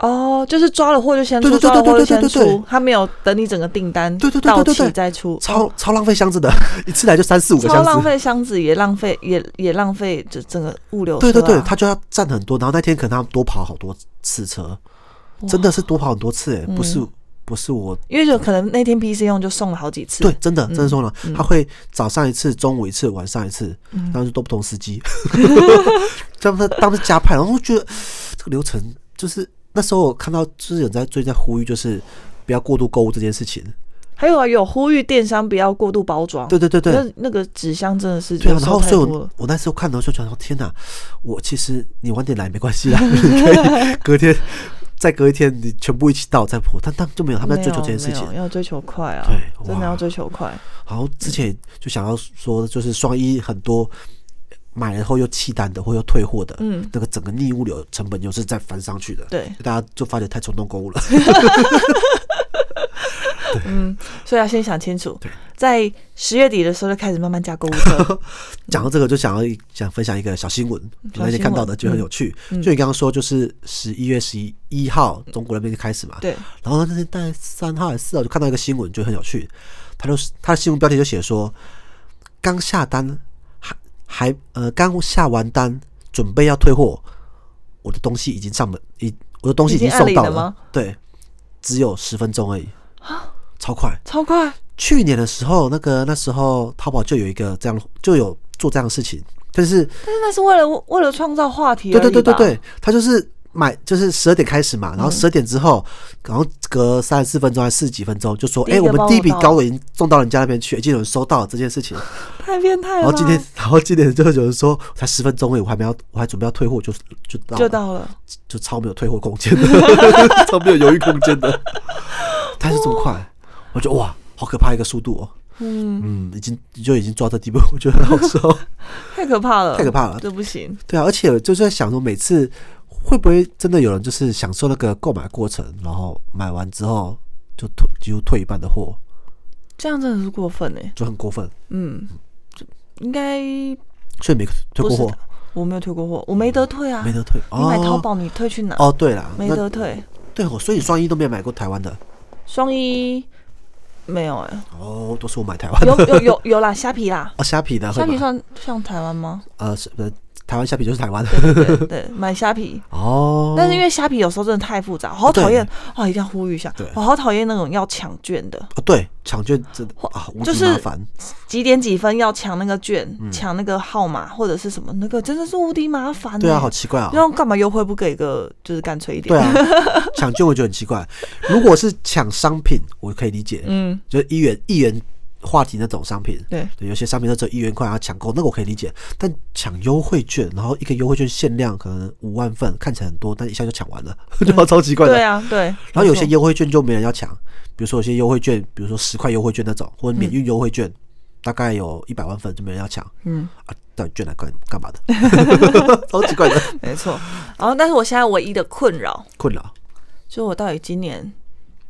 [SPEAKER 3] 哦，就是抓了货就先出，
[SPEAKER 2] 对对对
[SPEAKER 3] 抓了货
[SPEAKER 2] 对
[SPEAKER 3] 就
[SPEAKER 2] 对
[SPEAKER 3] 先
[SPEAKER 2] 对对
[SPEAKER 3] 出，他没有等你整个订单
[SPEAKER 2] 对对对
[SPEAKER 3] 到
[SPEAKER 2] 对对对
[SPEAKER 3] 期再出，
[SPEAKER 2] 超超浪费箱 子的，一次来就三四五个
[SPEAKER 3] 超
[SPEAKER 2] 箱
[SPEAKER 3] 浪
[SPEAKER 2] 子，
[SPEAKER 3] 费箱子，也浪费也也浪费这整个物流车
[SPEAKER 2] 对
[SPEAKER 3] 啊、
[SPEAKER 2] 对对，他就要占很多，然后那天可能他多跑好多次车，真的是多跑很多次、欸，不是、
[SPEAKER 3] 嗯
[SPEAKER 2] 不是我，
[SPEAKER 3] 因为就可能那天 PC 用就送了好几次，
[SPEAKER 2] 对，，真的真的说了，
[SPEAKER 3] 嗯
[SPEAKER 2] 他会早上一次，中午一次，晚上一次， 然后就都不同司机，这样他当时加派，然后我觉得这个流程就是那时候我看到就是有人在最近在呼吁，就是不要过度购物这件事情。
[SPEAKER 3] 还有啊，有呼吁电商不要过度包装。
[SPEAKER 2] 对对对对，
[SPEAKER 3] 那那个纸箱真的是
[SPEAKER 2] 对啊
[SPEAKER 3] 有，时
[SPEAKER 2] 然
[SPEAKER 3] 候
[SPEAKER 2] 后
[SPEAKER 3] 太
[SPEAKER 2] 所以
[SPEAKER 3] 多了
[SPEAKER 2] 我，我那时候看的时候就想说，天哪，我其实你晚点来没关系啦， 你可以隔天再隔一天，你全部一起到再破，但他们就没有，他们在追求这件事情
[SPEAKER 3] 没有没。有要追求快啊，
[SPEAKER 2] 对
[SPEAKER 3] 真的
[SPEAKER 2] 哇
[SPEAKER 3] 要追求快。
[SPEAKER 2] 然后之前就想要说，就是双一很多买了后又弃单的，或又退货的，
[SPEAKER 3] 嗯，
[SPEAKER 2] 那个整个逆物流成本又是在翻上去的，
[SPEAKER 3] 对，
[SPEAKER 2] 大家就发觉太冲动购 物了。
[SPEAKER 3] 所以要先想清楚，在十月底的时候就开始慢慢加购物车。
[SPEAKER 2] 讲到这个，就想要一想分享一个小新闻，我那
[SPEAKER 3] 小新
[SPEAKER 2] 天
[SPEAKER 3] 闻嗯
[SPEAKER 2] 看到的，就很有趣。就你刚刚说，就是十一月十一号，中国那边就开始嘛，
[SPEAKER 3] 对，
[SPEAKER 2] 然后那天大概三号还是四号，就看到一个新闻，就很有趣。他就是他的新闻标题就写说，刚下单还还呃刚下完单，准备要退货，我的东西已经上门，已我的东西
[SPEAKER 3] 已经
[SPEAKER 2] 送到
[SPEAKER 3] 按理了吗
[SPEAKER 2] 对，只有十分钟而已，超快。
[SPEAKER 3] 超快，
[SPEAKER 2] 去年的时候，那个那时候淘宝就有一个这样，就有做这样的事情，但是
[SPEAKER 3] 但是那是为了为了创造话题而
[SPEAKER 2] 对
[SPEAKER 3] 已吧。
[SPEAKER 2] 对对对对，他就是买就是十二点开始
[SPEAKER 3] 嗯
[SPEAKER 2] 嘛，然后十二点之后，然后隔三十四分钟还是四十几分钟，就说
[SPEAKER 3] 第
[SPEAKER 2] 哎、
[SPEAKER 3] 一个
[SPEAKER 2] 我们
[SPEAKER 3] 包
[SPEAKER 2] 第一笔
[SPEAKER 3] 到了
[SPEAKER 2] 高的已经送到人家那边去，已经有人收到了这件事情。
[SPEAKER 3] 太变态了。
[SPEAKER 2] 然后今天，然后今天就有人说才十分钟哎，我还没要，我还准备要退货，就就到
[SPEAKER 3] 就
[SPEAKER 2] 了
[SPEAKER 3] 到了，
[SPEAKER 2] 就超没有退货空间的，超没有犹豫空间的，但是这么快，我觉得哇，好可怕一个速度哦。
[SPEAKER 3] 嗯，
[SPEAKER 2] 嗯，已经就已经抓到地步，我觉得很好笑。
[SPEAKER 3] 太可怕了，
[SPEAKER 2] 太可怕了
[SPEAKER 3] 这不行。
[SPEAKER 2] 对啊，而且就是在想说，每次会不会真的有人就是享受那个购买过程，然后买完之后就退几乎退一半的货，
[SPEAKER 3] 这样真的是过分哎、
[SPEAKER 2] 就很过分。
[SPEAKER 3] 嗯，就应该
[SPEAKER 2] 所以没退
[SPEAKER 3] 不
[SPEAKER 2] 过
[SPEAKER 3] 是
[SPEAKER 2] 货嗯
[SPEAKER 3] 的，，我没有退过货，我没得退啊。
[SPEAKER 2] 没得退。
[SPEAKER 3] 你买淘
[SPEAKER 2] 哦
[SPEAKER 3] 宝你退去哪？
[SPEAKER 2] 哦，对啦，
[SPEAKER 3] 没
[SPEAKER 2] 那
[SPEAKER 3] 得退。
[SPEAKER 2] 对哦，所以双一都没有买过台湾的
[SPEAKER 3] 双一没有 哎、
[SPEAKER 2] 哦，都是我买台湾的
[SPEAKER 3] 有有有有啦，虾皮啦，
[SPEAKER 2] 哦，虾皮 的会
[SPEAKER 3] 虾皮
[SPEAKER 2] 吗？
[SPEAKER 3] 算像台湾吗？
[SPEAKER 2] 呃，是不是台湾虾皮就是台湾的
[SPEAKER 3] 对对对对，买虾皮。
[SPEAKER 2] 哦，
[SPEAKER 3] 但是因为虾皮有时候真的太复杂，好讨厌啊！一定要呼吁一下
[SPEAKER 2] 对，
[SPEAKER 3] 我好讨厌那种要抢券的，
[SPEAKER 2] 哦对抢券真的啊无
[SPEAKER 3] 就
[SPEAKER 2] 敌
[SPEAKER 3] 是
[SPEAKER 2] 麻烦，
[SPEAKER 3] 几点几分要抢那个券，
[SPEAKER 2] 嗯
[SPEAKER 3] 抢那个号码或者是什么，那个真的是无敌麻烦、欸。
[SPEAKER 2] 对啊，好奇怪啊、
[SPEAKER 3] 然后干嘛优惠不给个，就是干脆一点。
[SPEAKER 2] 对 啊，抢券我觉得很奇怪。如果是抢商品，我可以理解，
[SPEAKER 3] 嗯，
[SPEAKER 2] 就是一元一元话题那种商品，
[SPEAKER 3] 对
[SPEAKER 2] 有些商品都只有一元块，然后抢购，那个我可以理解。但抢优惠券，然后一个优惠券限量可能五万份，看起来很多，但一下就抢完了， 就超奇怪的。
[SPEAKER 3] 对啊，对。
[SPEAKER 2] 然后有些
[SPEAKER 3] 没错
[SPEAKER 2] 优惠券就没人要抢，比如说有些优惠券，比如说十块优惠券那种，或者免运优惠券，大概有一百万份就没人要抢。
[SPEAKER 3] 嗯
[SPEAKER 2] 啊，到底券来干干嘛的？ 超奇怪的
[SPEAKER 3] 没错。然后，但是我现在唯一的困扰，
[SPEAKER 2] 困扰
[SPEAKER 3] 就是我到底今年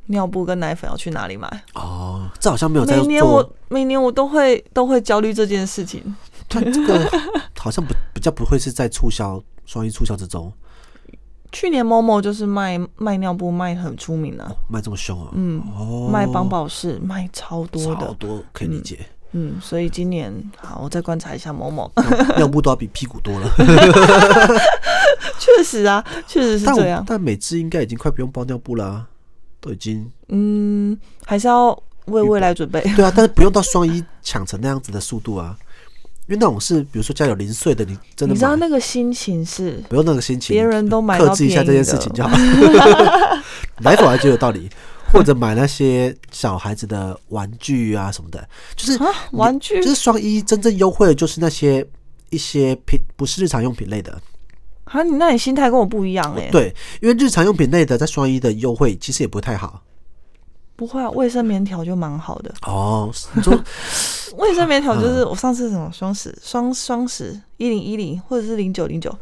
[SPEAKER 3] 尿布跟奶粉要去哪里买？
[SPEAKER 2] 哦，这好像没有在
[SPEAKER 3] 每
[SPEAKER 2] 做。
[SPEAKER 3] 年我每年我都会都会焦虑这件事情，
[SPEAKER 2] 它这个好像不比较不会是在促销双一促销之中
[SPEAKER 3] 去年某某就是卖卖尿布卖很出名啊，
[SPEAKER 2] 卖这么凶啊，
[SPEAKER 3] 嗯，
[SPEAKER 2] 哦，
[SPEAKER 3] 卖邦宝适卖超多
[SPEAKER 2] 好
[SPEAKER 3] 的，
[SPEAKER 2] 多可以理解，
[SPEAKER 3] 嗯，所以今年好，我再观察一下某某，
[SPEAKER 2] 尿尿布都要比屁股多了。
[SPEAKER 3] 确实啊，确 实是
[SPEAKER 2] 但
[SPEAKER 3] 这
[SPEAKER 2] 我
[SPEAKER 3] 样，
[SPEAKER 2] 但美姿应该已经快不用包尿布啦、都已经
[SPEAKER 3] 嗯，还是要为未来准备，
[SPEAKER 2] 对啊，但是不用到双一抢成那样子的速度啊，因为那种是比如说家里有零碎的，你真的
[SPEAKER 3] 你知道
[SPEAKER 2] 买
[SPEAKER 3] 那个心情是
[SPEAKER 2] 不用那个心情，
[SPEAKER 3] 别人都买到
[SPEAKER 2] 克制一下这件事情就好。 奶粉我还觉得有道理，或者买那些小孩子的玩具啊什么的，就是
[SPEAKER 3] 啊玩具
[SPEAKER 2] 就是双一真正优惠的就是那些一些品不是日常用品类的，
[SPEAKER 3] 啊，你那你心态跟我不一样哎、欸，
[SPEAKER 2] 对，因为日常用品类的在双一的优惠其实也不太好
[SPEAKER 3] 不会啊，卫生棉条就蛮好 的。
[SPEAKER 2] 哦。你说
[SPEAKER 3] 卫生棉条就是
[SPEAKER 2] 嗯
[SPEAKER 3] 我上次什么双十双双十一零一零或者是零九零九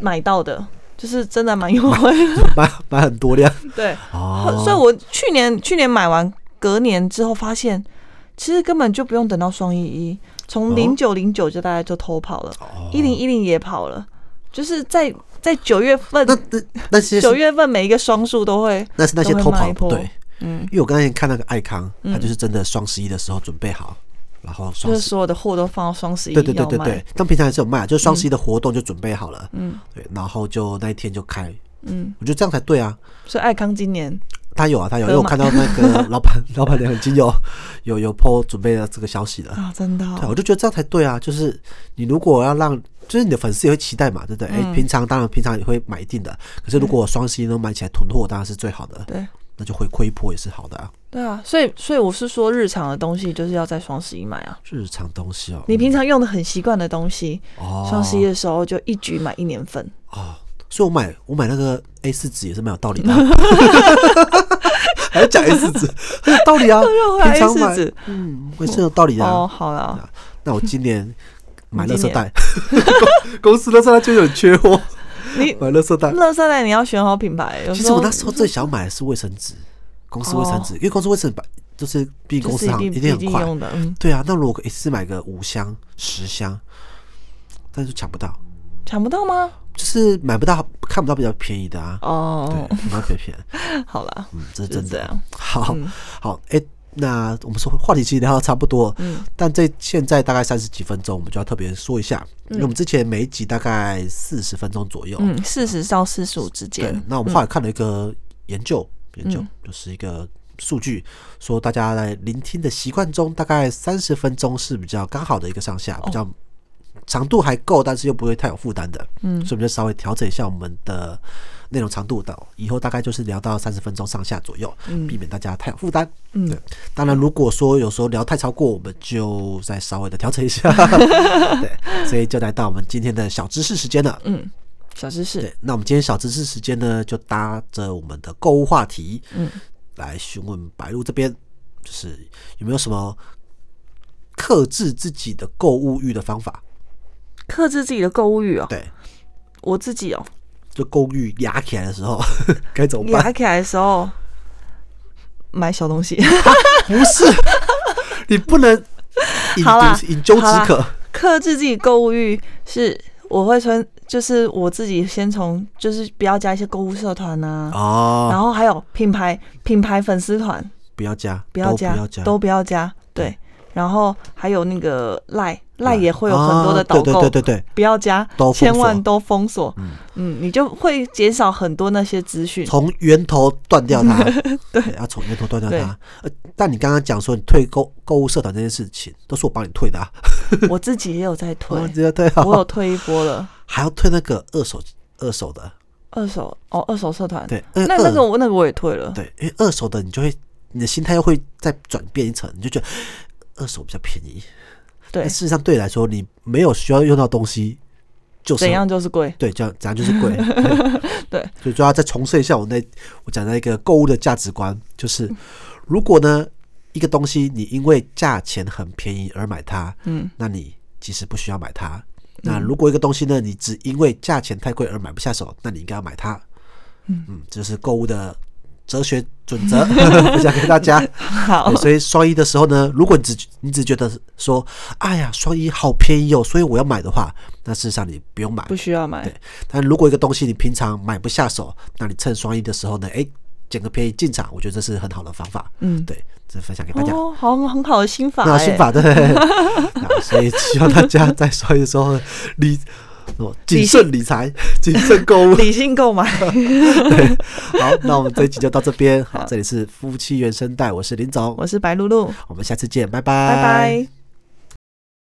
[SPEAKER 3] 买到的，就是真的蛮优惠的。
[SPEAKER 2] 买买很多 量
[SPEAKER 3] 对，
[SPEAKER 2] 哦，
[SPEAKER 3] 所以我去年去年买完，隔年之后发现，其实根本就不用等到双一一，
[SPEAKER 2] 哦
[SPEAKER 3] 从零九零九就大概就偷跑了，一零一零也跑了，就是在在九月份
[SPEAKER 2] 那那那些
[SPEAKER 3] 九
[SPEAKER 2] 是
[SPEAKER 3] 月份每一个双数都会，
[SPEAKER 2] 那是那些
[SPEAKER 3] 都会
[SPEAKER 2] 偷跑
[SPEAKER 3] 卖破
[SPEAKER 2] 对，
[SPEAKER 3] 嗯，
[SPEAKER 2] 因为我刚才看那个爱康，他就是真的双十一的时候准备好，然后
[SPEAKER 3] 就
[SPEAKER 2] 双
[SPEAKER 3] 是
[SPEAKER 2] 十
[SPEAKER 3] 所有的货都放到双十一
[SPEAKER 2] 对对对
[SPEAKER 3] 要
[SPEAKER 2] 对
[SPEAKER 3] 卖
[SPEAKER 2] 对，，但平常还是有卖，就是双十一的活动就准备好了，
[SPEAKER 3] 嗯
[SPEAKER 2] 对，然后就那一天就开，
[SPEAKER 3] 嗯，
[SPEAKER 2] 我觉得这样才对啊。
[SPEAKER 3] 所以爱康今年
[SPEAKER 2] 他有啊，他有，因为
[SPEAKER 3] 喝
[SPEAKER 2] 我
[SPEAKER 3] 吗
[SPEAKER 2] 看到那个老板老板娘已经有有有 PO 准备了这个消息了。
[SPEAKER 3] 啊，真的哦、
[SPEAKER 2] 对，我就觉得这样才对啊！就是你如果要让，就是你的粉丝也会期待嘛，对不对？哎、
[SPEAKER 3] 嗯
[SPEAKER 2] 平常当然平常也会买一定的，可是如果我双十一能买起来囤货，当然是最好的，
[SPEAKER 3] 哦对
[SPEAKER 2] 那就回馈一波也是好的啊。
[SPEAKER 3] 对啊，所以所以我是说，日常的东西就是要在双十一买啊。
[SPEAKER 2] 日常东西哦，
[SPEAKER 3] 你平常用的很习惯的东西，
[SPEAKER 2] 哦
[SPEAKER 3] 双十一的时候就一举买一年份，
[SPEAKER 2] 哦，所以我买我买那个 A 四纸也是蛮有道理的 啊，还要讲 A 四纸，很有道理啊
[SPEAKER 3] 又。回来
[SPEAKER 2] 平常
[SPEAKER 3] A4
[SPEAKER 2] 买
[SPEAKER 3] 纸，
[SPEAKER 2] 嗯，也是有道理的、啊。
[SPEAKER 3] 哦，好啦，
[SPEAKER 2] 那我今年买垃
[SPEAKER 3] 今
[SPEAKER 2] 圾
[SPEAKER 3] 年
[SPEAKER 2] 袋， 公公司垃圾袋就有缺货，
[SPEAKER 3] 你
[SPEAKER 2] 买垃圾袋。
[SPEAKER 3] 乐色袋你要选好品牌。有
[SPEAKER 2] 其
[SPEAKER 3] 时
[SPEAKER 2] 实
[SPEAKER 3] 候
[SPEAKER 2] 我那时候最想买的是卫生纸，公司卫生纸，因为公司卫生纸把就是毕竟公
[SPEAKER 3] 哦就是
[SPEAKER 2] 司行
[SPEAKER 3] 一
[SPEAKER 2] 一
[SPEAKER 3] 定
[SPEAKER 2] 定很
[SPEAKER 3] 定
[SPEAKER 2] 快，
[SPEAKER 3] 用的，嗯，
[SPEAKER 2] 对啊。那如果一次买个五箱、十箱，但是抢不到，
[SPEAKER 3] 抢不到吗？
[SPEAKER 2] 就是买不到、看不到比较便宜的啊。对，
[SPEAKER 3] 哦，
[SPEAKER 2] 买不到比较便宜，
[SPEAKER 3] 好啦，
[SPEAKER 2] 嗯，这是
[SPEAKER 3] 就
[SPEAKER 2] 真
[SPEAKER 3] 是这
[SPEAKER 2] 的。
[SPEAKER 3] 样。嗯
[SPEAKER 2] 好好，哎、那我们说话题其实聊到差不多了，
[SPEAKER 3] 嗯
[SPEAKER 2] 但这现在大概三十几分钟，我们就要特别说一下，因为我们之前每一集大概四十分钟左右，
[SPEAKER 3] 嗯，四十到四十五之
[SPEAKER 2] 对
[SPEAKER 3] 间，，
[SPEAKER 2] 那我们后来看了一个研究，研究就是一个数据，说大家在聆听的习惯中，大概三十分钟是比较刚好的一个上下，比较长度还够，但是又不会太有负担的。嗯，所以我们就稍微调整一下我们的内容长度的，以后大概就是聊到三十分钟上下左右，避免大家太有负担。嗯，对。当然，如果说有时候聊太超过，我们就再稍微的调整一 下。对，所以就来到我们今天的小知识时间了。
[SPEAKER 3] 嗯，小知识
[SPEAKER 2] 对，那我们今天小知识时间呢，就搭着我们的购物话题，嗯，来询问白鹿这边，就是有没有什么克制自己的购物欲的方法？
[SPEAKER 3] 克制自己的购物欲哦。
[SPEAKER 2] 对，
[SPEAKER 3] 我自己哦，
[SPEAKER 2] 就购物欲压起来的时候 该怎么
[SPEAKER 3] 压
[SPEAKER 2] 办？
[SPEAKER 3] 起来的时候买小东西，
[SPEAKER 2] 不是， 你不能饮
[SPEAKER 3] 好啦
[SPEAKER 2] 毒饮鸩止渴，
[SPEAKER 3] 克制自己购物欲是我会穿，就是我自己先从就是不要加一些购物社团啊，然
[SPEAKER 2] 哦，
[SPEAKER 3] 后还有品牌品牌粉丝团
[SPEAKER 2] 不要加，
[SPEAKER 3] 不要
[SPEAKER 2] 都
[SPEAKER 3] 加，
[SPEAKER 2] 不要加，
[SPEAKER 3] 都不要加，对。然后还有那个赖赖也会有很多的
[SPEAKER 2] 啊对
[SPEAKER 3] 导
[SPEAKER 2] 对
[SPEAKER 3] 购，
[SPEAKER 2] 对对对，
[SPEAKER 3] 不要加
[SPEAKER 2] 都，封锁
[SPEAKER 3] 千万都封锁。嗯你就会减少很多那些资讯。
[SPEAKER 2] 从源头断掉 它，对，哎要从源头断掉
[SPEAKER 3] 对
[SPEAKER 2] 它。呃，但你刚刚讲说你退购购物社团这件事情，都是我帮你退的啊，
[SPEAKER 3] 我自己也有在退
[SPEAKER 2] 我，直接退
[SPEAKER 3] 我有
[SPEAKER 2] 好，
[SPEAKER 3] 退一波了，
[SPEAKER 2] 啊还要退那个二手二手的，
[SPEAKER 3] 二手哦，二手社团。
[SPEAKER 2] 对，那
[SPEAKER 3] 嗯那那个我那个我也退了。
[SPEAKER 2] 对，因为二手的你就会你的心态又会再转变一层，你就觉得呃二手比较便宜，
[SPEAKER 3] 对
[SPEAKER 2] 但，事实上对你来说，你没有需要用到东西，就是
[SPEAKER 3] 怎样就是贵。
[SPEAKER 2] 对，这样这样就是贵。 对，
[SPEAKER 3] 对
[SPEAKER 2] 所以就要再重申一下我那我讲的一个购物的价值观，就是
[SPEAKER 3] 嗯
[SPEAKER 2] 如果呢一个东西你因为价钱很便宜而买它，
[SPEAKER 3] 嗯，
[SPEAKER 2] 那你其实不需要买它。那如果一个东西呢，你只因为价钱太贵而买不下手，那你应该要买它。嗯嗯，这是购物的哲学准则， 分享给大家。
[SPEAKER 3] 好
[SPEAKER 2] 对，所以双一的时候呢，如果你只你只觉得说，哎呀，双一好便宜哦，所以我要买的话，那事实上你不用买
[SPEAKER 3] 不，需要买
[SPEAKER 2] 对。但如果一个东西你平常买不下手，那你趁双一的时候呢，哎、捡个便宜进场，我觉得这是很好的方法。
[SPEAKER 3] 嗯
[SPEAKER 2] 对，这分享给大家。
[SPEAKER 3] 哦，好很好的心法、
[SPEAKER 2] 那
[SPEAKER 3] 欸，
[SPEAKER 2] 心法对，哎那所以希望大家在双一的时候理哦谨慎理财，谨慎购 物。
[SPEAKER 3] 理性购买。
[SPEAKER 2] 好，那我们这一集就到这边。好，这里是夫妻原声带，我是林总，
[SPEAKER 3] 我是白露露，
[SPEAKER 2] 我们下次见，拜
[SPEAKER 3] 拜拜。